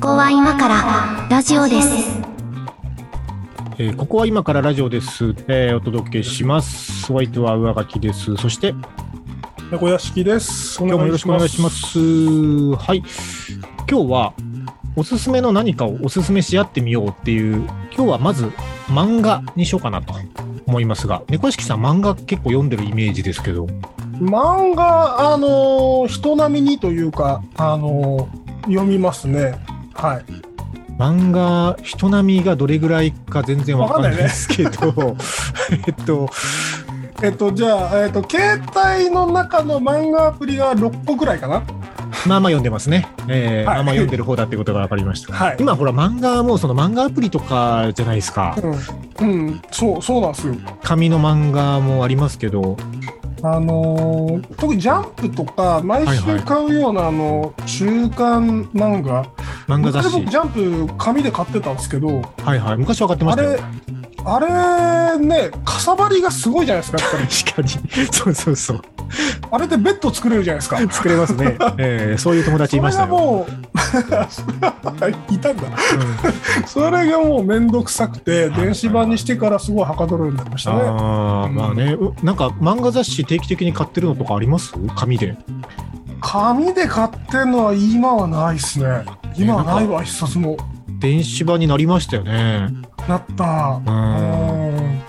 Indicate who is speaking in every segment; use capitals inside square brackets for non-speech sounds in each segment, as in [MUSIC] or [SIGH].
Speaker 1: こは今からラジオです。
Speaker 2: えーここは今からラジオです。えーお届けします。お相手は上書きです。そして、
Speaker 3: 猫屋敷です。
Speaker 2: 今日もよろしくお願いしま
Speaker 3: お願い
Speaker 2: す。
Speaker 3: し
Speaker 2: はい。今日は、おすすめの何かをおすすめし合ってみようっていう、今日はまず漫画にしようかなと思いますが、猫屋敷さん漫画結構読んでるイメージですけど、
Speaker 3: ます。漫画、あのー人並みにというか、あのー読みますね。はい。
Speaker 2: 漫画、人並みがどれぐらいか全然わかんないですけど、 [LAUGHS] えっと、
Speaker 3: えっと、じゃあ、えっと、携帯の中の漫画アプリが6個ぐらいかな。
Speaker 2: まあまあ読んでますね。えー
Speaker 3: はい
Speaker 2: まあまあ読んでる方だってことが分かりました。
Speaker 3: はい
Speaker 2: 今ほら漫画はもうその漫画アプリとかじゃないですか。
Speaker 3: うん。うん、そう、そうなんですよ。
Speaker 2: 紙の漫画もありますけど、
Speaker 3: あのー特にジャンプとか、毎
Speaker 2: はいは
Speaker 3: 週
Speaker 2: い
Speaker 3: 買うような、あのー週刊漫画。
Speaker 2: 漫画雑
Speaker 3: 昔
Speaker 2: 誌
Speaker 3: 僕、。ジャンプ、紙で買ってたんですけど、
Speaker 2: はいはい。昔は買ってま
Speaker 3: あ
Speaker 2: したよ
Speaker 3: れ。、あれね、かさばりがすごいじゃないですか、やっぱり。
Speaker 2: 確かに。 [LAUGHS] そうそうそう。
Speaker 3: あれでベッド作れるじゃないですか。
Speaker 2: 作れますね。えーそういう友達いましたよ。
Speaker 3: それがもう [LAUGHS] いたんだそれがもう面倒くさくて電子版にしてからすごいはかどるようになりました
Speaker 2: うん
Speaker 3: ね
Speaker 2: あーまあね、うなんか漫画雑誌定期的に買ってるのとかあります紙で。
Speaker 3: 紙で買ってんのは今はないっすね今はないわ一冊も
Speaker 2: 電子版になりましたよね。
Speaker 3: なった
Speaker 2: う。
Speaker 3: うんん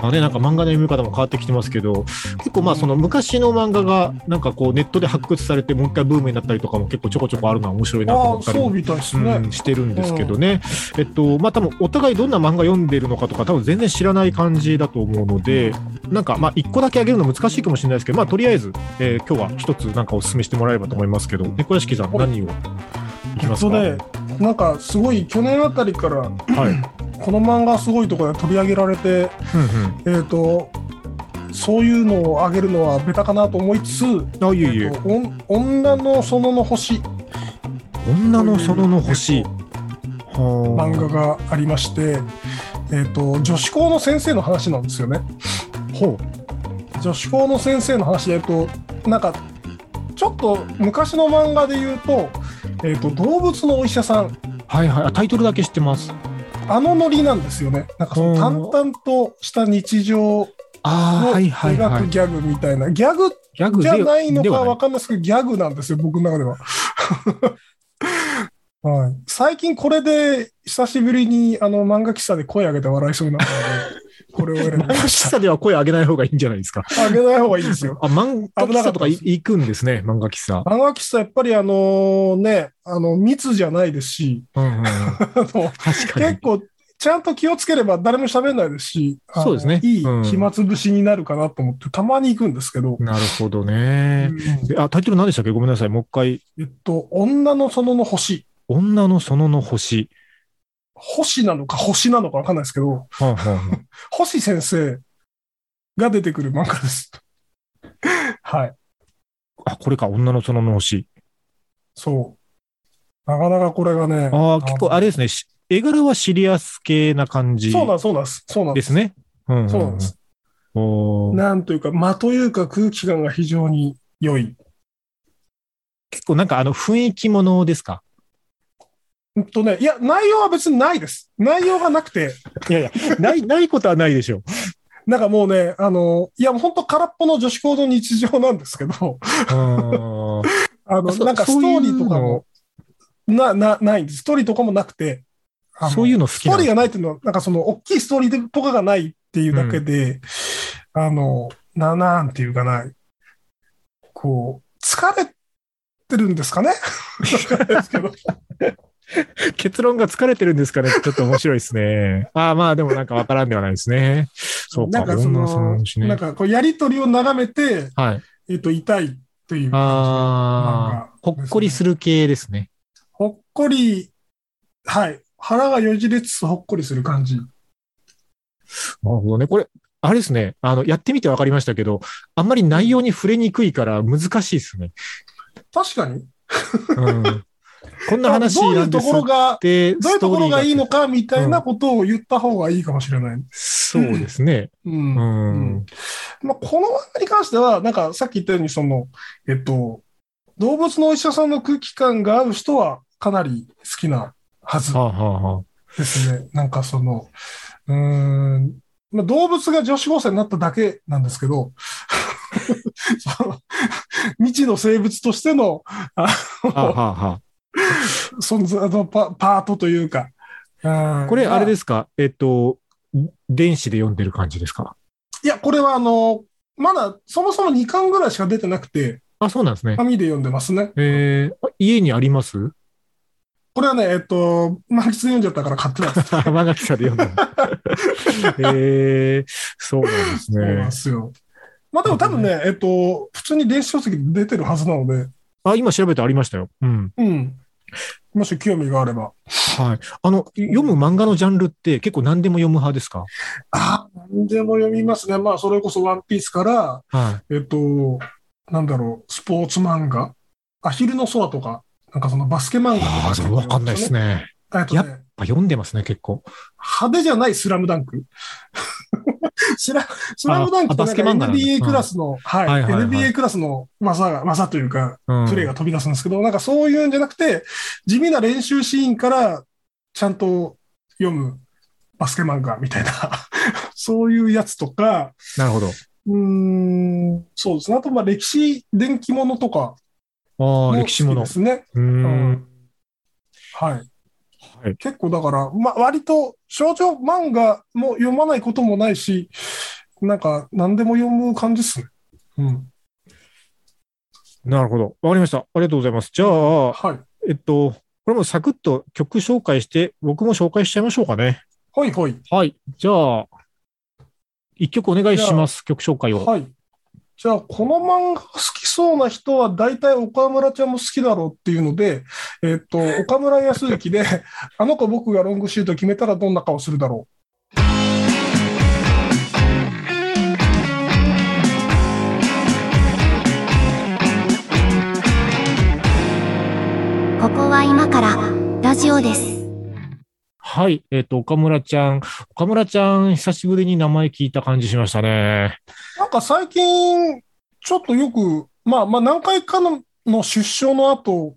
Speaker 2: まあね、なんか漫画の読み方も変わってきてますけど結構まあその昔の漫画がなんかこうネットで発掘されてもう一回ブームになったりとかも結構ちょこちょこあるのは面白いなと
Speaker 3: あ
Speaker 2: 思
Speaker 3: あ
Speaker 2: ったり
Speaker 3: そ
Speaker 2: も
Speaker 3: うみたいです
Speaker 2: う
Speaker 3: ね
Speaker 2: ん、してるんですけどね、えっとまあ多分お互いどんな漫画読んでるのかとか多分全然知らない感じだと思うのでなんかまあ1個だけあげるの難しいかもしれないですけどまあとりあえず、えー今日は一つなんかお勧めしてもらえればと思いますけど猫屋敷さん何をいき
Speaker 3: え
Speaker 2: ま
Speaker 3: っ
Speaker 2: す
Speaker 3: と
Speaker 2: か、
Speaker 3: ねなんかすごい去年あたりから
Speaker 2: はい、
Speaker 3: この漫画すごいところで取り上げられて
Speaker 2: うん
Speaker 3: えっ、とそういうのをあげるのはベタかなと思いつつ
Speaker 2: うん、あいえい
Speaker 3: え
Speaker 2: え
Speaker 3: っとおん女の園の星
Speaker 2: 女の園の星
Speaker 3: という
Speaker 2: 漫
Speaker 3: 漫画がありまして、えっと女子校の先生の話なんですよね
Speaker 2: ほ
Speaker 3: 女子校の先生の話で、えっとなんかちょっと昔の漫画で言うと,、えっと動物のお医者さん
Speaker 2: うはいはいあタイトルだけ知ってます
Speaker 3: あのノリなんですよねなんかその淡々とした日常を
Speaker 2: ああはいはいは
Speaker 3: 描く
Speaker 2: い
Speaker 3: ギャグみたいな、ギャグ
Speaker 2: ギャグ
Speaker 3: じゃないの
Speaker 2: で
Speaker 3: か
Speaker 2: は
Speaker 3: わかんないですけどギャグなんですよ僕の中では。 [LAUGHS] はい、最近これで久しぶりにあの漫画喫茶で声上げて笑いそうになった
Speaker 2: [LAUGHS]
Speaker 3: のでこれを選び
Speaker 2: 漫
Speaker 3: ま
Speaker 2: 画
Speaker 3: した
Speaker 2: 喫。茶では声上げない方がいいんじゃないですか
Speaker 3: あげない方がいいで
Speaker 2: [LAUGHS]
Speaker 3: すよ。
Speaker 2: あ、漫画
Speaker 3: 危な
Speaker 2: 喫
Speaker 3: か
Speaker 2: 茶と
Speaker 3: った
Speaker 2: か
Speaker 3: で
Speaker 2: い
Speaker 3: す
Speaker 2: 行くんですね、漫画喫茶。
Speaker 3: 漫画喫茶、やっぱりあのね、あの、密じゃないですし、
Speaker 2: うんうん、確
Speaker 3: あの、
Speaker 2: かに
Speaker 3: 結。構、ちゃんと気をつければ誰も喋んないですし、あの
Speaker 2: そうですね
Speaker 3: いい
Speaker 2: うん
Speaker 3: 暇つぶしになるかなと思って、たまに行くんですけど、
Speaker 2: なるほどね。であ、タイトル何でしたっけごめんなさい。もう一回。
Speaker 3: えっと、女の園の星。
Speaker 2: 女の園の星。
Speaker 3: 星なのか星なのかわかんないですけど、
Speaker 2: はんはんはん
Speaker 3: 星先生が出てくる漫画です。 [LAUGHS] はい。
Speaker 2: あ、これか。女の園の星。
Speaker 3: そう。なかなかこれがね。
Speaker 2: ああ、結構、あれですね。し絵柄はシリアス系な感じ
Speaker 3: そうなんです、そうなんです。そうなん
Speaker 2: で
Speaker 3: ですす。
Speaker 2: ね。うん
Speaker 3: そうなんです。
Speaker 2: おー
Speaker 3: なんというか、間というか空気感が非常に良い。
Speaker 2: 結構なんかあの雰囲気ものですか
Speaker 3: うんとね、いや、内容は別にないです。内容がなくて、
Speaker 2: いやいや、ない、ないことはないでしょう。
Speaker 3: なんかもうね、あの、いや、もう本当空っぽの女子校の日常なんですけど、
Speaker 2: あー
Speaker 3: あの、
Speaker 2: そ
Speaker 3: なんかストーリーとかも、な、な、ないんです。ストーリーとかもなくて、あの
Speaker 2: そういうの好
Speaker 3: ス
Speaker 2: き
Speaker 3: ト
Speaker 2: な
Speaker 3: ー
Speaker 2: の
Speaker 3: リーがないっていうのは、なんかその、大きいストーリーとかがないっていうだけで、あの、な、なんていうかな、こう、疲れてるんで
Speaker 2: [LAUGHS]
Speaker 3: すかねですけど
Speaker 2: 結論が疲れてるんですかねちょっと面白いですね。ああ、まあでもなんかわからんではないですね。そうか、
Speaker 3: なんかそ
Speaker 2: 女の
Speaker 3: の、
Speaker 2: 話
Speaker 3: な
Speaker 2: ね
Speaker 3: ん。かこう、やりとりを眺めて、
Speaker 2: はい。
Speaker 3: えっ、と、痛いという感
Speaker 2: ああ、ほっこりする系ですね。
Speaker 3: じ。ほっこり、はい。腹がよじれつつほっこりする感じ。
Speaker 2: なるほどね。これ、あれですね。あの、やってみてわかりましたけど、あんまり内容に触れにくいから難しいですね。
Speaker 3: 確かに。 [LAUGHS]
Speaker 2: うん。こんな話
Speaker 3: どうい
Speaker 2: な
Speaker 3: うん
Speaker 2: で
Speaker 3: と
Speaker 2: す
Speaker 3: ころが、
Speaker 2: で、
Speaker 3: どういうところがいいのかみたいなことを言った方がいいかもしれない。
Speaker 2: ストーリーが。そうですね。
Speaker 3: う。
Speaker 2: うんん。
Speaker 3: うんまあ、この漫画に関しては、なんかさっき言ったように、その、えっと、動物のお医者さんの空気感が合う人はかなり好きなはず
Speaker 2: はあ、はあは
Speaker 3: ですね。なんかその、うーん、まあ、動物が女子高生になっただけなんですけど、 [LAUGHS] その未知の生物としてのあ [LAUGHS] の
Speaker 2: あ、はあ、はあ、は
Speaker 3: 存在のパパートというか。。
Speaker 2: あ。これ、あれですすかえっと、電子で読んでる感じですか
Speaker 3: いや、これはあの、まだそもそも2巻ぐらいしか出てなくて、
Speaker 2: あ、そうなんですね。
Speaker 3: 紙で読んでますね。
Speaker 2: えー、あ家にあります
Speaker 3: これはね、えっと、満喫で読んじゃったから買ってないです。
Speaker 2: 漫画で読んで
Speaker 3: [LAUGHS]
Speaker 2: る。えー、そうなんです
Speaker 3: そうなん
Speaker 2: ね
Speaker 3: で。すよ。まあでも多分ね、えっと、普通に電子書籍で出てるはずなので、
Speaker 2: あ、今調べてありましたよ。うん。
Speaker 3: うん。もし興味があれば。
Speaker 2: はい。あの、読む漫画のジャンルって結構何でも読む派ですか
Speaker 3: ああ、何でも読みますね。まあ、それこそワンピースから、
Speaker 2: はい。
Speaker 3: えっと、なんだろう、スポーツ漫画、アヒルの空とか、なんかそのバスケ漫画と
Speaker 2: あ
Speaker 3: か
Speaker 2: あ、でもわかんないです
Speaker 3: ね。
Speaker 2: ね。やっ
Speaker 3: えっとね、
Speaker 2: ぱ読んでますね、結構。
Speaker 3: 派手じゃないスラムダンク。 [LAUGHS] スラスラムダンク
Speaker 2: あバス
Speaker 3: っ
Speaker 2: ケ
Speaker 3: てな
Speaker 2: 漫
Speaker 3: ん
Speaker 2: 画
Speaker 3: か
Speaker 2: なんだ
Speaker 3: NBA クラスの、はい、
Speaker 2: はいはいはい
Speaker 3: NBA クラスの技が、技というか、
Speaker 2: うん。
Speaker 3: プレーが飛び出すんですけど、なんかそういうんじゃなくて、地味な練習シーンからちゃんと読むバスケ漫画みたいな、 [LAUGHS] そういうやつとか、
Speaker 2: なるほど。
Speaker 3: うーん、そうですね。あと、まあ、歴史、伝記ものとか
Speaker 2: あ
Speaker 3: も
Speaker 2: あ、
Speaker 3: 好
Speaker 2: 歴史
Speaker 3: き
Speaker 2: もの。
Speaker 3: で
Speaker 2: う
Speaker 3: すね。
Speaker 2: ーん。
Speaker 3: はい。
Speaker 2: はい。
Speaker 3: 結構だから、まあ、割と少女漫画も読まないこともないし、なんか何でも読む感じですね。うん。
Speaker 2: なるほど。わかりました。ありがとうございます。じゃあ、
Speaker 3: はい。
Speaker 2: えっと、これもサクッと曲紹介して、僕も紹介しちゃいましょうかね。
Speaker 3: ほいほい。
Speaker 2: はい。じゃあ、一曲お願いします。曲紹介を。
Speaker 3: はい。じゃあ、この漫画が好きそうな人は、大体岡村ちゃんも好きだろうっていうので、えっと、岡村康之で、 [LAUGHS] あの子僕がロングシュート決めたらどんな顔するだろ
Speaker 1: ここは今からラジオです。
Speaker 2: はい。えっ、と、岡村ちゃん。岡村ちゃん、久しぶりに名前聞いた感じしましたね。
Speaker 3: う。なんか最近、ちょっとよく、まあまあ何回かのの出生の後、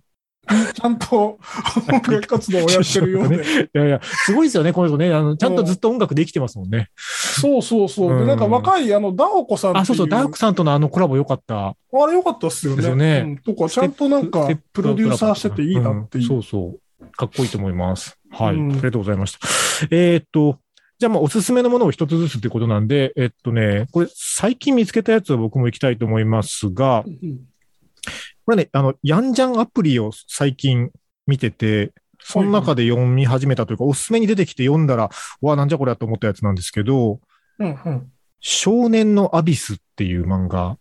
Speaker 3: ちゃん
Speaker 2: [LAUGHS]
Speaker 3: と音楽活動をやってるようで、
Speaker 2: いやいや、すごいですよね、この人ね。あの、ちゃんとずっと音楽できてますもんね。
Speaker 3: そうそうそう。で、なんか若い、あの、ダオコさんっていう
Speaker 2: あ、そうそう、ダークさんとのあのコラボ良かった。
Speaker 3: あれ良かったっすよね。
Speaker 2: ですよね
Speaker 3: うんとか、ちゃんとなんか
Speaker 2: ステッ、
Speaker 3: プ
Speaker 2: プ
Speaker 3: ロデューサーしてていいなっていう。
Speaker 2: んそうそう。かっこいいと思います。はい。
Speaker 3: うん
Speaker 2: ありがとうございました。えーっと、じゃあ、まあ、おすすめのものを一つずつってことなんで、えっとね、これ、最近見つけたやつは僕も行きたいと思いますが、
Speaker 3: うん
Speaker 2: これね、あの、ヤンジャンアプリを最近見てて、その中で読み始めたというか、おすすめに出てきて読んだら、うわあ、なんじゃこりゃと思ったやつなんですけど、
Speaker 3: うんうん。
Speaker 2: 少年のアビスっていう漫画、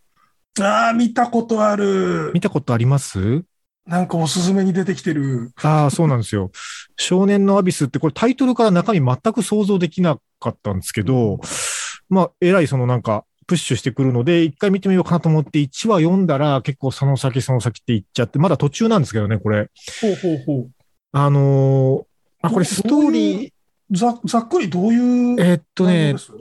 Speaker 3: ああ、見たことある
Speaker 2: 見。たことあります
Speaker 3: なんかおすすめに出てきてる。
Speaker 2: ああ、そうなんですよ。少年のアビスって、これタイトルから中身全く想像できなかったんですけど、まあ、えらいそのなんか、プッシュしてくるので、一回見てみようかなと思って、1話読んだら、結構その先その先って言っちゃって、まだ途中なんですけどね、これ。
Speaker 3: ほうほうほう。
Speaker 2: あのーあ、これ
Speaker 3: ど
Speaker 2: ストー
Speaker 3: どう
Speaker 2: リ
Speaker 3: い
Speaker 2: ー、
Speaker 3: ざざっくりどういう。
Speaker 2: えーっと
Speaker 3: 内容
Speaker 2: ね
Speaker 3: で、す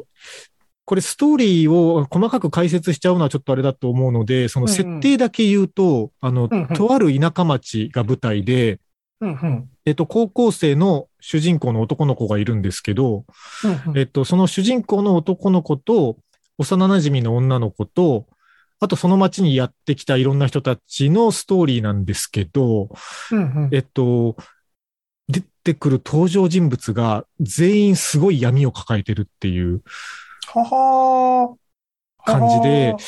Speaker 2: これストーリーを細かく解説しちゃうのはちょっとあれだと思うので、その設定だけ言うと、あの、
Speaker 3: うんうん
Speaker 2: とある田舎町が舞台で、
Speaker 3: うんうん。
Speaker 2: えっと、高校生の主人公の男の子がいるんですけど、
Speaker 3: うんうん
Speaker 2: えっと、その主人公の男の子と、幼馴染の女の子と、あとその町にやってきたいろんな人たちのストーリーなんですけど、
Speaker 3: うんうん
Speaker 2: えっと、出てくる登場人物が全員すごい闇を抱えてるっていう
Speaker 3: ははー
Speaker 2: 感じで
Speaker 3: はは、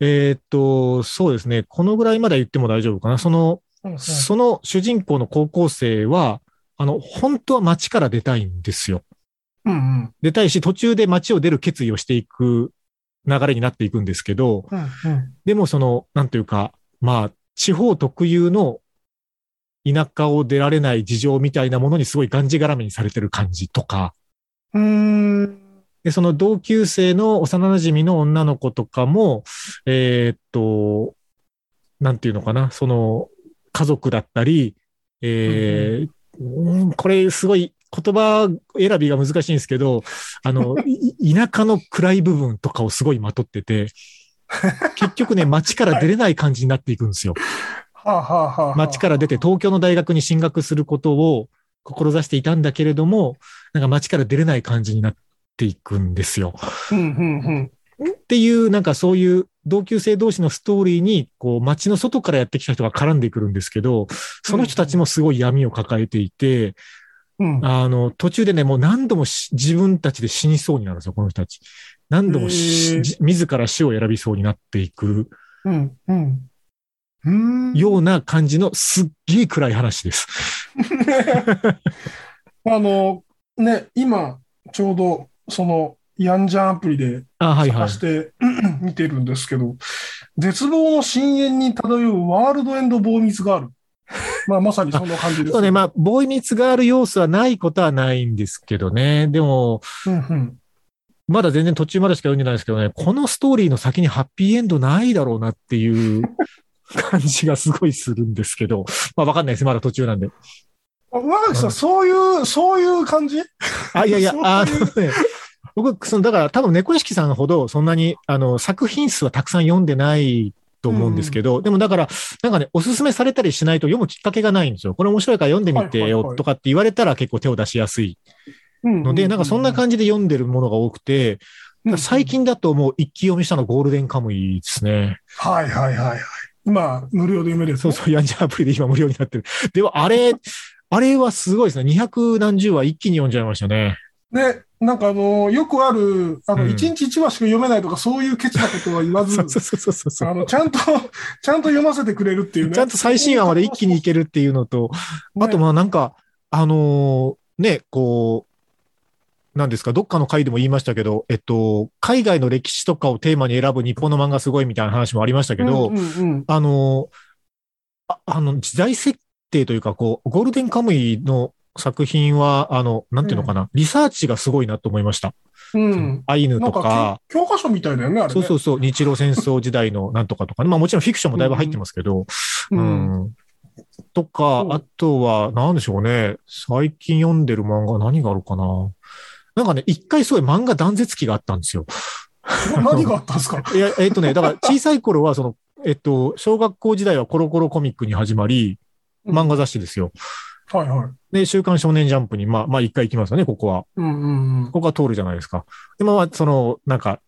Speaker 2: えっと、そうですね、このぐらいまでは言っても大丈夫かな。その、
Speaker 3: ーうんうん
Speaker 2: その主人公の高校生は、あの、本当は町から出たいんですよ。
Speaker 3: うんうん
Speaker 2: 出たいし、途中で街を出る決意をしていく流れになっていくんですけど、
Speaker 3: うんうん
Speaker 2: でもその、なんというか、まあ、地方特有の田舎を出られない事情みたいなものにすごいがんじがらめにされてる感じとか、
Speaker 3: うーん。
Speaker 2: で、その同級生の幼馴染の女の子とかも、えーっと、なんていうのかな、その、家族だったり、えーうんこれすごい言葉選びが難しいんですけど、あ [LAUGHS] の、い田舎の暗い部分とか [LAUGHS] をすごいまとってて、結局ね、街から出れない感じになっていくんですよ。
Speaker 3: あはあはあはあ
Speaker 2: 町から出て東京の大学に進学することを志していたんだけれども、なんか町から出れない感じになっていくんですよ。
Speaker 3: うんうんうん。
Speaker 2: っていう、なんかそういう同級生同士のストーリーに、こう、街の外からやってきた人が絡んでくるんですけど、その人たちもすごい闇を抱えていて、
Speaker 3: うん。
Speaker 2: あの、途中でね、もう何度もし自分たちで死にそうになるんですよ、この人たち。何度も
Speaker 3: へ
Speaker 2: し
Speaker 3: ー
Speaker 2: じ自ら死を選びそうになっていく
Speaker 3: うん。うん。うーん。
Speaker 2: ような感じのすっげえ暗い話です。
Speaker 3: あの、ね、今、ちょうど、その、ヤンジャンアプリで
Speaker 2: あ、はいは
Speaker 3: 探
Speaker 2: い
Speaker 3: し。て [CLEARS THROAT] 見てるんですけど、絶望の深淵に漂うワールドエンドボーミスがある。まあ、まさにそんな感じです。
Speaker 2: そうね、ま [LAUGHS] あ、ボーイミツがある要素はないことはないんですけどね。でも、
Speaker 3: うんうん。
Speaker 2: まだ全然途中までしか読んでないですけどね、このストーリーの先にハッピーエンドないだろうなって
Speaker 3: [LAUGHS]
Speaker 2: いう感じがすごいするんですけど、まあわかんないです。まだ途中なんで。
Speaker 3: 若木さ
Speaker 2: うん
Speaker 3: ん、そういう、そういう感じ
Speaker 2: あ、いやいや
Speaker 3: [LAUGHS] そ、う
Speaker 2: あのね、僕、その、だから多分猫屋敷さんほどそんなに、あの、作品数はたくさん読んでないと思うんですけど、でもだから、なんかね、おすすめされたりしないと読むきっかけがないんですよ。これ面白いから読んでみて
Speaker 3: はいはいは
Speaker 2: よ
Speaker 3: い
Speaker 2: とかって言われたら結構手を出しやすいの
Speaker 3: の
Speaker 2: で、なんかそんな感じで読んでるものが多くて、最。近だともう一気読みしたのゴールデンカムイですね。
Speaker 3: はいはいはいはい。今、無料で読めるやつ
Speaker 2: そうそう、ヤンジャーアプリで今無料になってる。でもあれ、あれはすごいですね。200何十話一気に読んじゃいましたね。
Speaker 3: ね、なんかあの、よくある、あ
Speaker 2: う
Speaker 3: の、
Speaker 2: ん
Speaker 3: 一日一話しか読めないとか、そういうケチなことは言わ
Speaker 2: [LAUGHS]
Speaker 3: ず
Speaker 2: そ、うそうそうそうそ
Speaker 3: あ
Speaker 2: う。
Speaker 3: の、ちゃんと、ちゃんと読ませてくれるっていうね。
Speaker 2: ちゃんと最新話まで一気にいけるっていうのと、
Speaker 3: ね
Speaker 2: あとまあなんか、あのーね、こう、なんですか、どっかの回でも言いましたけど、えっと、海外の歴史とかをテーマに選ぶ日本の漫画すごいみたいな話もありましたけど、
Speaker 3: うんうんうん
Speaker 2: あの、ああの、時代設定というか、こう、ゴールデンカムイの作品は、あの、なんていうのかな、リサーチがすごいなと思いました。
Speaker 3: うん。
Speaker 2: アイヌ
Speaker 3: な
Speaker 2: と
Speaker 3: ん
Speaker 2: か、
Speaker 3: か教、教科書みたいだよね、あれね。
Speaker 2: そうそうそう、日露戦争時代のなんとかとか、まあもちろんフィクションもだいぶ入ってますけど、
Speaker 3: う。
Speaker 2: うんん。とか
Speaker 3: う、ん
Speaker 2: あとは、なんでしょうね、最近読んでる漫画何があるかな。なんかね、一回すごい漫画断絶期があったんですよ。
Speaker 3: 何があったんですか
Speaker 2: いや、えっとね、だから小さい頃は、その、えっと、小学校時代はコロコロコミックに始まり、漫画雑誌ですよ。
Speaker 3: [LAUGHS] はいはい。
Speaker 2: で、週刊少年ジャンプに、まあ、まあ、一回行きますよね、ここは。
Speaker 3: うんうんうん。
Speaker 2: ここは通るじゃないですか。で、まあまあ、その、なんか、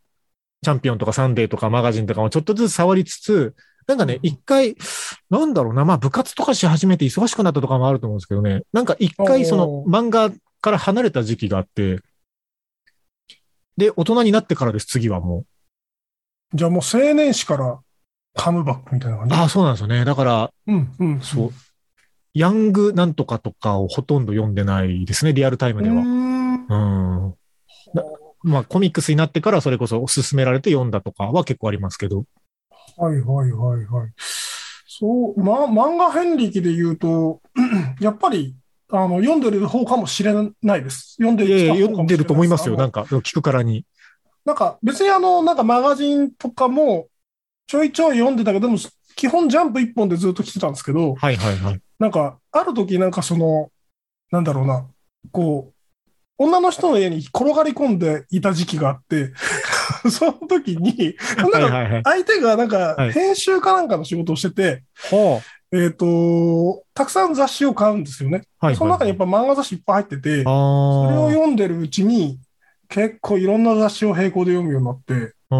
Speaker 2: チャンピオンとかサンデーとかマガジンとかもちょっとずつ触りつつ、なんかね、一回、なんだろうな、まあ、部活とかし始めて忙しくなったとかもあると思うんですけどね、なんか一回、その
Speaker 3: お、ー
Speaker 2: 漫画から離れた時期があって、で、大人になってからです、次はもう。
Speaker 3: じゃあもう青年誌からカムバックみたいな感じ。
Speaker 2: ああ、そうなんですよね。だから、
Speaker 3: うんうん。
Speaker 2: そう。ヤングなんとかとかをほとんど読んでないですね、リアルタイムでは
Speaker 3: う。ん
Speaker 2: うん。なまあ、コミックスになってからそれこそ勧められて読んだとかは結構ありますけど。
Speaker 3: はいはいはいはい。そう、ま、漫画遍歴で言うと、 [CLEARS THROAT] やっぱり、あの、読んでる方かもしれないです。読んで
Speaker 2: いやいや、
Speaker 3: きた方
Speaker 2: 読
Speaker 3: か
Speaker 2: ん
Speaker 3: もしれな
Speaker 2: で
Speaker 3: い
Speaker 2: ると思いますよ。
Speaker 3: あの
Speaker 2: なんか、聞くからに。
Speaker 3: なんか、別にあの、なんかマガジンとかも、ちょいちょい読んでたけど、でも、基本ジャンプ一本でずっと来てたんですけど、
Speaker 2: はいはいはい。
Speaker 3: なんか、ある時なんかその、なんだろうな、こう、女の人の家に転がり込んでいた時期があ
Speaker 2: [LAUGHS]
Speaker 3: って、その時に、な
Speaker 2: は
Speaker 3: ん
Speaker 2: い
Speaker 3: か
Speaker 2: はいはい。
Speaker 3: 相手がなんか
Speaker 2: はい
Speaker 3: 編集かなんかの仕事をしてて、
Speaker 2: ほ
Speaker 3: えっ、と、たくさん雑誌を買うんですよね。
Speaker 2: う。はいはい。
Speaker 3: その中にやっぱ漫画雑誌いっぱい入ってて、
Speaker 2: あ
Speaker 3: それを
Speaker 2: ー
Speaker 3: 読んでるうちに、結構いろんな雑誌を並行で読むようになって、
Speaker 2: う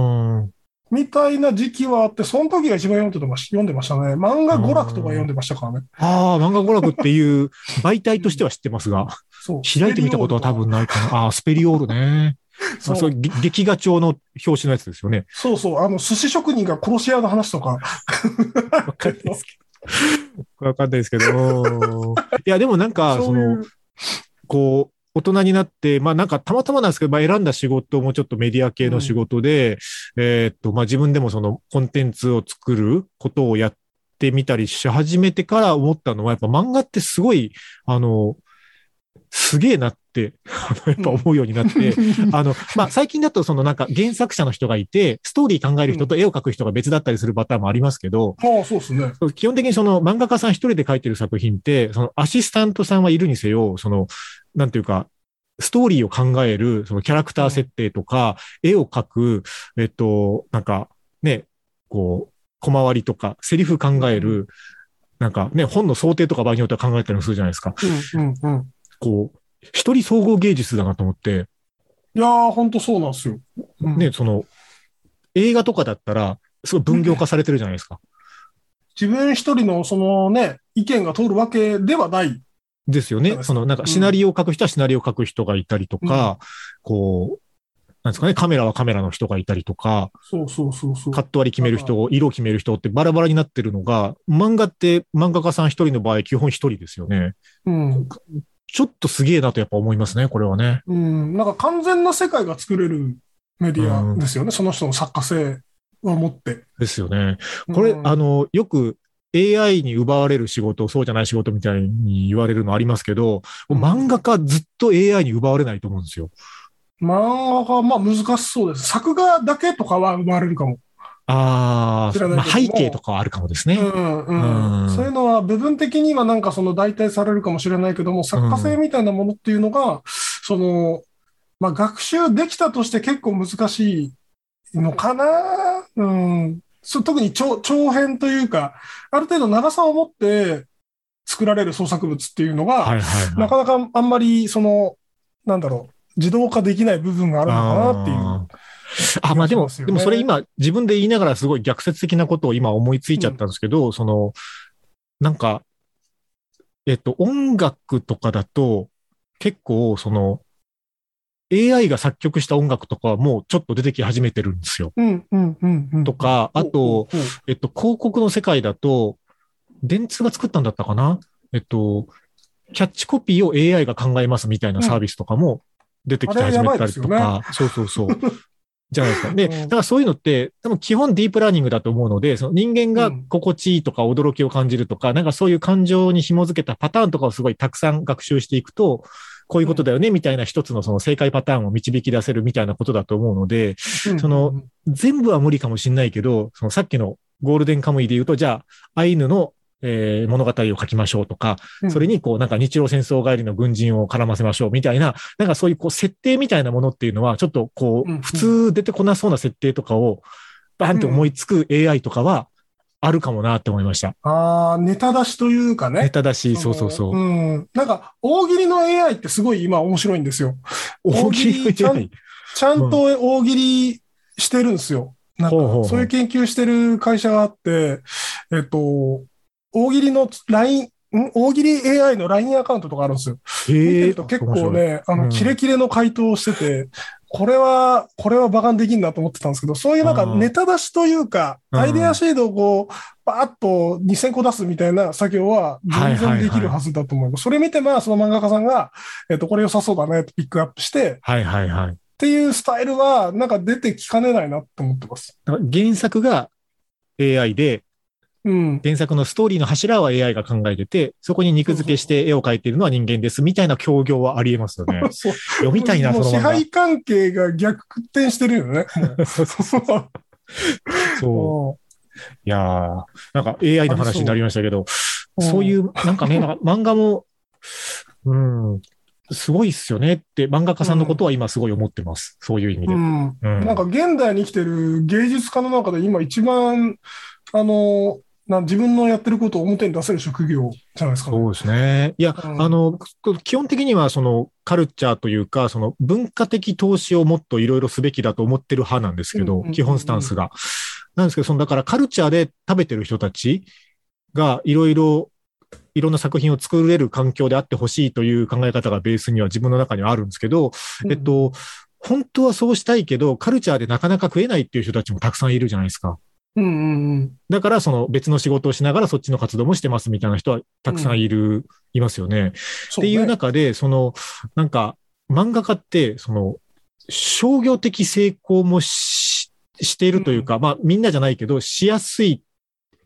Speaker 2: ん。
Speaker 3: みたいな時期はあって、その時が一番読んでまし読んでましたね。漫画娯楽とか読んでましたからね。
Speaker 2: ああ、漫画娯楽っていう媒体としては知ってますが、
Speaker 3: そう。
Speaker 2: 開いてみたことは多分ないかな。ああー、スペリオールね。
Speaker 3: そ
Speaker 2: そううそう、げ劇画調の表紙のやつですよね。
Speaker 3: そうそう、あの、寿司職人が殺し屋の話とか。
Speaker 2: わかんないですけど。わかんないですけど。いや、でもなんか、そ
Speaker 3: い
Speaker 2: の、
Speaker 3: う。
Speaker 2: こう、大人になって、まあなんかたまたまなんですけど、まあ選んだ仕事もちょっとメディア系の仕事で、えーっと、まあ自分でもそのコンテンツを作ることをやってみたりし始めてから思ったのは、やっぱ漫画ってすごい、あの、すげえなって、 [LAUGHS] あのやっぱ思うようになって、あの、まあ、最近だと、そのなんか原作者の人がいて、ストーリー考える人と絵を描く人が別だったりするパターンもありますけど、
Speaker 3: ああ、そうですね。
Speaker 2: 基本的にその漫画家さん一人で描いてる作品って、そのアシスタントさんはいるにせよ、その、なんていうか、ストーリーを考える、そのキャラクター設定とか、絵を描く、えっと、なんか、ね、こう、小回りとか、セリフ考える、なんかね、本の想定とか場合によっては考えたりもするじゃないですか。
Speaker 3: うんうんうん。
Speaker 2: こう、一人総合芸術だなと思って、
Speaker 3: いやー、ほんとそうなんですよ。うん
Speaker 2: ね、その、映画とかだったら、すごい分業化されてるじゃないですか。
Speaker 3: 自分一人のそのね、意見が通るわけではない。
Speaker 2: ですよ
Speaker 3: そう
Speaker 2: ね。
Speaker 3: です
Speaker 2: その、なんか、シナリオを書く人はシナリオを書く人がいたりとか、こう、なんですかね、カメラはカメラの人がいたりとか、
Speaker 3: そうそうそうそう。
Speaker 2: カット割り決める人、色を決める人ってバラバラになってるのが、漫画って漫画家さん一人の場合、基本一人ですよね。
Speaker 3: うん。
Speaker 2: ちょっとすげえなとやっぱ思いますね、これはね。
Speaker 3: うん。なんか完全な世界が作れるメディアですよね。その人の作家性は持って。
Speaker 2: ですよね。これ、
Speaker 3: うん
Speaker 2: あの、よく AI に奪われる仕事、そうじゃない仕事みたいに言われるのありますけど、
Speaker 3: うん
Speaker 2: 漫画家ずっと AI に奪われないと思うんですよ。
Speaker 3: 漫画が、まあ難しそうです。作画だけとかは生まれるかも。
Speaker 2: あ
Speaker 3: 知
Speaker 2: あ、
Speaker 3: らない
Speaker 2: まあ、
Speaker 3: けども
Speaker 2: 背景とかはあるかもですね。
Speaker 3: う
Speaker 2: う
Speaker 3: んうんん。そういうのは部分的にはなんかその代替されるかもしれないけども、作家性みたいなものっていうのが、その、まあ学習できたとして結構難しいのかなうん。そう特に長長編というか、ある程度長さを持って作られる創作物っていうのが、
Speaker 2: はいはい、はい。
Speaker 3: なかなかあんまりその、なんだろう、自動化できない部分があるのかなっていう。
Speaker 2: あーあまあでも、
Speaker 3: 気がしますよ
Speaker 2: で
Speaker 3: ね
Speaker 2: もそれ今、自分で言いながらすごい逆説的なことを今思いついちゃったんですけど、その、なんか、えっと、音楽とかだと、結構、その、AI が作曲した音楽とかはもうちょっと出てき始めてるんですよ。
Speaker 3: うん、うん、うん、うん。
Speaker 2: とか、あと、
Speaker 3: うん、うん
Speaker 2: えっと、広告の世界だと、電通が作ったんだったかなえっと、キャッチコピーを AI が考えますみたいなサービスとかも出てきて
Speaker 3: あれ
Speaker 2: 始
Speaker 3: や
Speaker 2: め
Speaker 3: ばい
Speaker 2: た
Speaker 3: で
Speaker 2: り
Speaker 3: す
Speaker 2: と
Speaker 3: よね
Speaker 2: か、そうそうそう。
Speaker 3: [LAUGHS]
Speaker 2: じゃないですか。で、
Speaker 3: うん
Speaker 2: だからそういうのって、多分基本ディープラーニングだと思うので、その人間が
Speaker 3: うん
Speaker 2: 心地いいとか驚きを感じるとか、なんかそういう感情に紐づけたパターンとかをすごいたくさん学習していくと、こういうことだよねみたいな一つのその正解パターンを導き出せるみたいなことだと思うので、
Speaker 3: うん
Speaker 2: その、全部は無理かもしれないけど、そのさっきのゴールデンカムイで言うと、じゃあ、アイヌの、えー物語を書きましょうとか、
Speaker 3: うん
Speaker 2: それにこうなんか日露戦争帰りの軍人を絡ませましょうみたいな、なんかそういうこう設定みたいなものっていうのは、ちょっとこ
Speaker 3: うんう
Speaker 2: うん普通出てこなそうな設定とかをバーンって思いつく AI とかはあるかもなって思いました。
Speaker 3: ああ、ネタ出しというかね。
Speaker 2: ネタだし、そうそう
Speaker 3: あ
Speaker 2: そう。
Speaker 3: のうん。なんか、大喜利の AI ってすごい今面白いんですよ。
Speaker 2: 大喜利じゃない。
Speaker 3: ちゃんと大喜利してるんですよ。なん
Speaker 2: ほうほうほう
Speaker 3: か、そういう研究してる会社があって、えっと、大喜利の LINE、ん大喜利 AI の LINE アカウントとかあるんですよ。見て
Speaker 2: へ
Speaker 3: ると結構ね、あ
Speaker 2: うん
Speaker 3: の、キレキレの回答をしてて、これは、これは馬鹿にできんなと思ってたんですけど、そういうなんか
Speaker 2: うん
Speaker 3: ネタ出しというか、
Speaker 2: うん
Speaker 3: アイデアシェードをこう、バーッと2000個出すみたいな作業は全然できるはずだと思います。それ見て、まあ、その漫画家さんが、えっと、これ良さそうだねとピックアップして、っ
Speaker 2: はいはいはい。
Speaker 3: ていうスタイルは、なんか出てきかねないなって思ってます。
Speaker 2: だから原作が AI で、
Speaker 3: うん。
Speaker 2: 原作のストーリーの柱は AI が考えてて、そこに肉付けして絵を描いてるのは人間ですみたいな協業はありえますよね。
Speaker 3: [LAUGHS] そう
Speaker 2: 読みたいな、そ
Speaker 3: も
Speaker 2: の
Speaker 3: う支
Speaker 2: 漫画。
Speaker 3: 配関係が逆転してるよね。 [LAUGHS]
Speaker 2: そうそうそう。
Speaker 3: も
Speaker 2: いやーなんか AI の話になりましたけど、[LAUGHS]
Speaker 3: う
Speaker 2: そういう、なんかね、なんか漫画も、うん、すごいっすよねって、漫画家さんのことは今すごい思ってます。そういう意味
Speaker 3: う
Speaker 2: で。
Speaker 3: うん。
Speaker 2: うん
Speaker 3: なんか現代に生きてる芸術家の中で今一番、あの、なん自分のやってることを表に出せる職業じゃないですか、ね。
Speaker 2: そうですね。いや、
Speaker 3: うん
Speaker 2: あの、基本的にはそのカルチャーというか、その文化的投資をもっといろいろすべきだと思ってる派なんですけ
Speaker 3: うん
Speaker 2: ど
Speaker 3: うんうんう、ん
Speaker 2: 基本スタンスが。なんですけど、そのだからカルチャーで食べてる人たちがいろいろ、いろんな作品を作れる環境であってほしいという考え方がベースには自分の中にはあるんですけど、えっと、本当はそうしたいけど、カルチャーでなかなか食えないっていう人たちもたくさんいるじゃないですか。
Speaker 3: うんうんうん。
Speaker 2: だから、その別の仕事をしながらそっちの活動もしてますみたいな人はたくさんいる、いますよね。っ
Speaker 3: って
Speaker 2: いう中で、その、なんか、漫画家って、その、商業的成功もししているというか、まあ、みんなじゃないけど、しやすい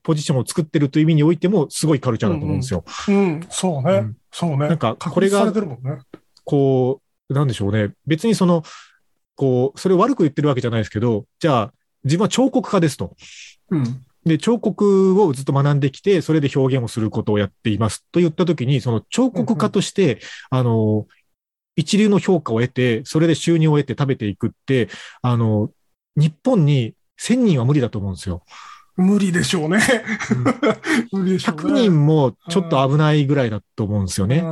Speaker 2: ポジションを作ってるという意味においても、すごいカルチャーだと思うんですよ。
Speaker 3: うん、そう
Speaker 2: う
Speaker 3: ね。
Speaker 2: ん
Speaker 3: そうね。
Speaker 2: なんか
Speaker 3: 確立
Speaker 2: これが
Speaker 3: されてるもんね。
Speaker 2: こう、なんでしょうね。別にその、こう、それを悪く言ってるわけじゃないですけど、じゃあ、自分は彫刻家ですと。
Speaker 3: うん。
Speaker 2: で、彫刻をずっと学んできて、それで表現をすることをやっていますと言ったときに、その彫刻家として、あの、一流の評価を得て、それで収入を得て食べていくって、あの、日本に1000人は無理だと思うんですよ。
Speaker 3: 無理でし
Speaker 2: [LAUGHS]
Speaker 3: ょうね。無理でしょ
Speaker 2: 100
Speaker 3: うね。
Speaker 2: 人もちょっと危ないぐらいだと思うんですよね。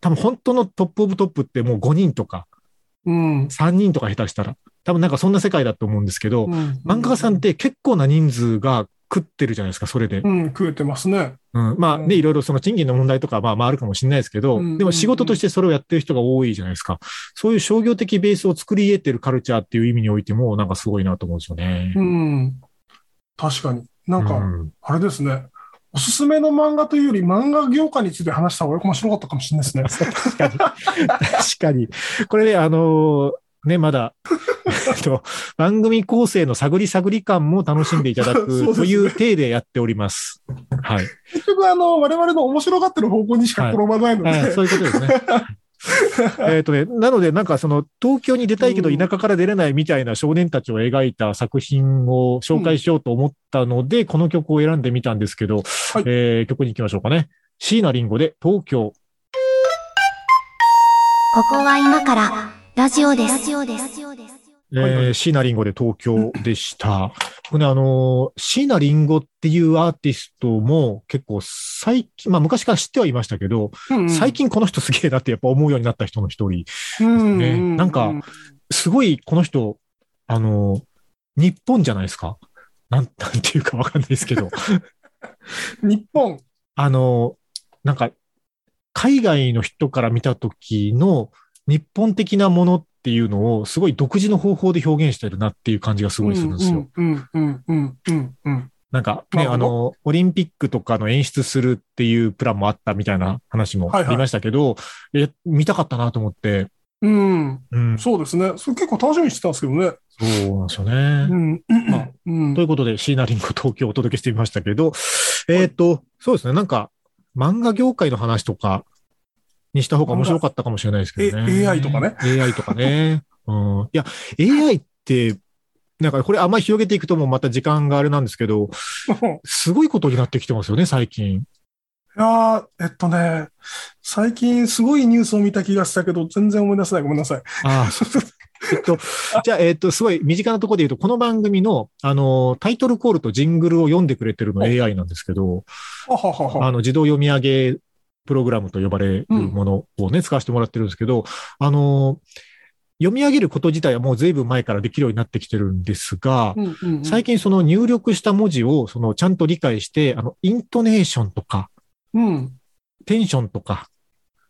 Speaker 2: 多分本当のトップオブトップってもう5人とか
Speaker 3: うん。うん。
Speaker 2: 3人とか下手したら、多分なんかそんな世界だと思うんですけど、漫画家さんっ
Speaker 3: って
Speaker 2: 結構な人数が食ってるじゃないですか、それで
Speaker 3: て。うん、食えてますね。
Speaker 2: うん、まあ
Speaker 3: うん
Speaker 2: ね、いろいろその賃金の問題とか、まあまああるかもしれないですけど
Speaker 3: うん、
Speaker 2: でも仕事としてそれをやってる人が多いじゃないですか。そういう商業的ベースを作り得てるカルチャーっていう意味においても、なんかすごいなと思うんですよね。
Speaker 3: うん。確かに。なん
Speaker 2: う
Speaker 3: か、
Speaker 2: ん
Speaker 3: あれですね。おすすめの漫画というより漫画業界について話した方が面白かったかもしれないですね。
Speaker 2: 確かに。確かに。これね、あのーね、まだ、 [LAUGHS] えっと番組構成の探り探り感も楽しんでいただ
Speaker 3: [LAUGHS] そうで
Speaker 2: く
Speaker 3: す
Speaker 2: と
Speaker 3: ね
Speaker 2: いう体でやっております。はい。
Speaker 3: 結局、あの、我々の面白がってる方向にしか転ばないので、 [LAUGHS]
Speaker 2: あそういうことですね。えっとね、なので、なんかその、東京に出たいけど
Speaker 3: うん
Speaker 2: 田舎から出れないみたいな少年たちを描いた作品を紹介しようと思ったので、この曲を選んでみたんですけど、
Speaker 3: い
Speaker 2: えー曲に行きましょうかね。椎名林檎で東京。
Speaker 1: ここは今からラジオです。ラジオです。
Speaker 2: えー
Speaker 3: はいは
Speaker 2: 椎名林檎で東京でした。僕ね、あのー、椎名林檎っていうアーティストも結構最近、まあ昔から知ってはいましたけど、
Speaker 3: うん
Speaker 2: 最近この人すげえなってやっぱ思うようになった人の一人。
Speaker 3: うん
Speaker 2: ねなんかすごいこの人、あのー、日本じゃないですか。なん、 [LAUGHS] なんていうかわかんないですけど、
Speaker 3: 日本、
Speaker 2: あのー、なんか、海外の人から見た時の日本的なものっていうのをすごい独自の方法で表現してるなっていう感じがすごいするんですよ。
Speaker 3: うんうんうんうんうん
Speaker 2: なんかね、あ
Speaker 3: なるほど
Speaker 2: の、オリンピックとかの演出するっていうプランもあったみたいな話も
Speaker 3: はい
Speaker 2: あ
Speaker 3: はい
Speaker 2: りましたけど、え、見たかったなと思って、
Speaker 3: うん。うん
Speaker 2: うん、そ
Speaker 3: そうですね。それ結構楽しみにしてたんですけどね。
Speaker 2: うなんですよね。
Speaker 3: うん。
Speaker 2: まあ
Speaker 3: うん
Speaker 2: ということで、椎名林檎東京をお届けしてみましたけど、えっ、と、そうですね、なんか、漫画業界の話とかにした方が面白かったかもしれないですけどね。
Speaker 3: え AI とかね。
Speaker 2: AI とかね。うん。いや、AI って、なんかこれあんまり広げていくともうまた時間があれなんですけど、
Speaker 3: い
Speaker 2: すごいことになってきてますよね、最近。
Speaker 3: やーえっとね、最近すごいニュースを見た気がしたけど、全然思い出せない。ごめんなさい。 [LAUGHS]
Speaker 2: ああ、そうそう。えっと、じゃあ、えっと、すごい身近なところで言うと、この番組の、あの、タイトルコールとジングルを読んでくれてるの
Speaker 3: お
Speaker 2: AI なんですけど、
Speaker 3: ははは
Speaker 2: あ
Speaker 3: は。
Speaker 2: の、自動読み上げプログラムと呼ばれるものをね、使わせてもらってるんですけど、あの、読み上げること自体はもう随分前からできるようになってきてるんですが、
Speaker 3: うんうんうん
Speaker 2: 最近その入力した文字を、その、ちゃんと理解して、あの、イントネーションとか、
Speaker 3: うん。
Speaker 2: テンションとか、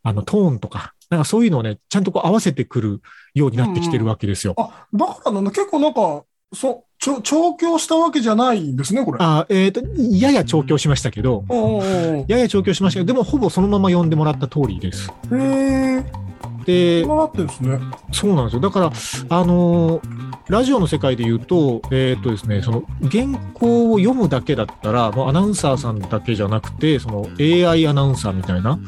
Speaker 2: あの、トーンとか、なんかそういうのをね、ちゃんとこう合わせてくるようになってきてるわけですよ。
Speaker 3: あ、だからなんだ、結構なんか、そ、ちょ、調教したわけじゃないんですね、これ。
Speaker 2: あえっ、と、やや調教しましたけど、
Speaker 3: おうおう
Speaker 2: やや調教しましたけど、でもほぼそのまま読んでもらった通りです。
Speaker 3: おうへえ、
Speaker 2: で、
Speaker 3: こうなってるんですね。
Speaker 2: そうなんですよ。だから、あのーラジオの世界で言うと、えっ、とですね、その原稿を読むだけだったら、もうアナウンサーさんだけじゃなくて、その AI アナウンサーみたいな、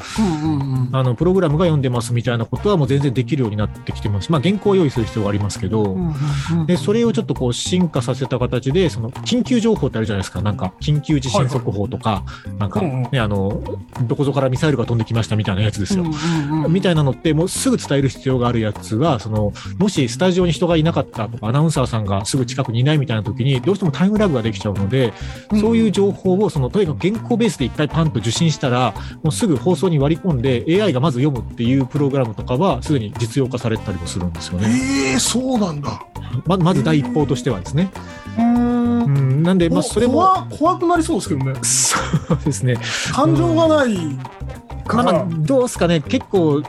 Speaker 3: うんうんうん。
Speaker 2: あの、プログラムが読んでますみたいなことはもう全然できるようになってきてます。まあ原稿を用意する必要がありますけど、
Speaker 3: うんうん
Speaker 2: で、それをちょっとこう進化させた形で、その緊急情報ってあるじゃないですか。なんか、緊急地震速報とか、なんか
Speaker 3: うんうん
Speaker 2: ね、あの、どこぞからミサイルが飛んできましたみたいなやつですよ。
Speaker 3: うんうん
Speaker 2: みたいなのって、もうすぐ伝える必要があるやつは、その、もしスタジオに人がいなかったとか、アナウンサーさんがすぐ近くにいないみたいな時に、どうしてもタイムラグができちゃうので、そういう情報を、その、とにかく原稿ベースで一回パンと受信したら、もうすぐ放送に割り込んで、AI がまず読むっていうプログラムとかは、すでに実用化されたりもするんですよね。
Speaker 3: ええ、そうなんだ。
Speaker 2: ままず第一報としてはですね。
Speaker 3: うん
Speaker 2: うん、なんで、まあ、
Speaker 3: こ
Speaker 2: それも、
Speaker 3: 怖怖くなりそうですけどね。
Speaker 2: そうですね。
Speaker 3: 感情がないか
Speaker 2: まあま
Speaker 3: ら
Speaker 2: あ、。どうですかね、結構、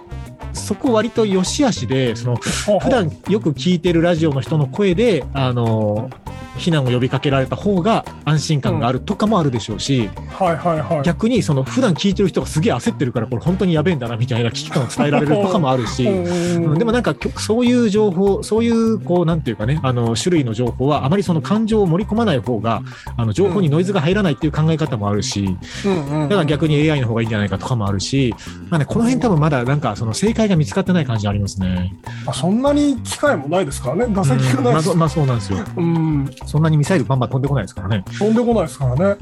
Speaker 2: そこ割と良し悪しで、その、普
Speaker 3: 普
Speaker 2: 段よく聞いてるラジオの人の声で、あの、避難を呼びかけられた方が安心感があるとかもあるでしょうし、
Speaker 3: はいはいはい。
Speaker 2: 逆にその普段聞いてる人がすげえ焦ってるから、これ本当にやべえんだなみたいな危機感を伝えられるとかもあるし、うんでも
Speaker 3: ね、
Speaker 2: なんかきょそういう情報、そういうこうなんていうかね、あの種類の情報はあまりその感情を盛り込まない方が、あの情報にノイズが入らないっていう考え方もあるし、
Speaker 3: うんうん
Speaker 2: だから逆に AI の方がいいんじゃないかとかもあるし、まあね、この辺多分まだなんかその正解が見つかってない感じありますね。
Speaker 3: あそんなに機会もないですからね。打席
Speaker 2: うんま
Speaker 3: がない
Speaker 2: あ
Speaker 3: し
Speaker 2: そう、まあそうなんですよ。
Speaker 3: うん、
Speaker 2: そんなにミサイルバンバン飛んでこないですからね。
Speaker 3: 飛んでこないですからね。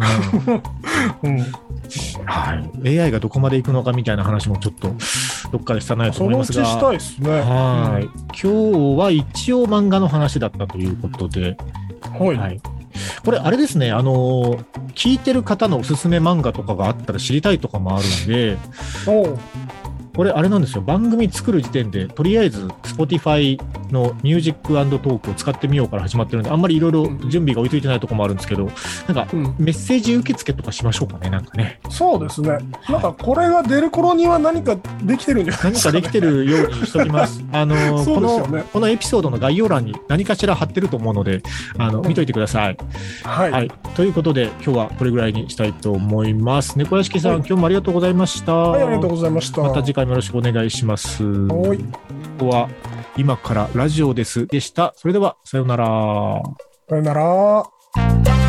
Speaker 3: うん、
Speaker 2: はい、AI がどこまで行くのかみたいな話もちょっとどっかでしたないと
Speaker 3: そ
Speaker 2: 思い
Speaker 3: の
Speaker 2: ま
Speaker 3: う
Speaker 2: す
Speaker 3: ち
Speaker 2: が。
Speaker 3: したいですね。
Speaker 2: はい今日は一応漫画の話だったということで、
Speaker 3: うんはい。
Speaker 2: はい、これ、あれですね、あのー聞いてる方のおすすめ漫画とかがあったら知りたいとかもあるんで、
Speaker 3: おう
Speaker 2: これ、あれなんですよ、番組作る時点で、とりあえず Spotify のミュージックトークを使ってみようから始まってるんで、あんまりいろいろ準備が追いついてないとこもあるんですけど、なんか、
Speaker 3: うん、
Speaker 2: メッセージ受付とかしましょうかね、なんかね。
Speaker 3: そうですね。なんかこれが出る頃には何かできてるんじゃないで
Speaker 2: 何
Speaker 3: すか、
Speaker 2: か
Speaker 3: ね。
Speaker 2: できてるようにしとき
Speaker 3: [LAUGHS]
Speaker 2: ます。あのー
Speaker 3: そ
Speaker 2: こ
Speaker 3: うですよ
Speaker 2: の
Speaker 3: ね
Speaker 2: このエピソードの概要欄に何かしら貼ってると思うので、あの
Speaker 3: うん
Speaker 2: 見といてください。
Speaker 3: はい。
Speaker 2: はい、ということで、今日はこれぐらいにしたいと思います。猫屋敷さん、
Speaker 3: はい
Speaker 2: 今日もありがとうございました。
Speaker 3: はい、ありがとうございました。
Speaker 2: また次回もよろしくお願いします。
Speaker 3: はい
Speaker 2: ここは今からラジオですでした。それでは、さようなら。
Speaker 3: さよなら。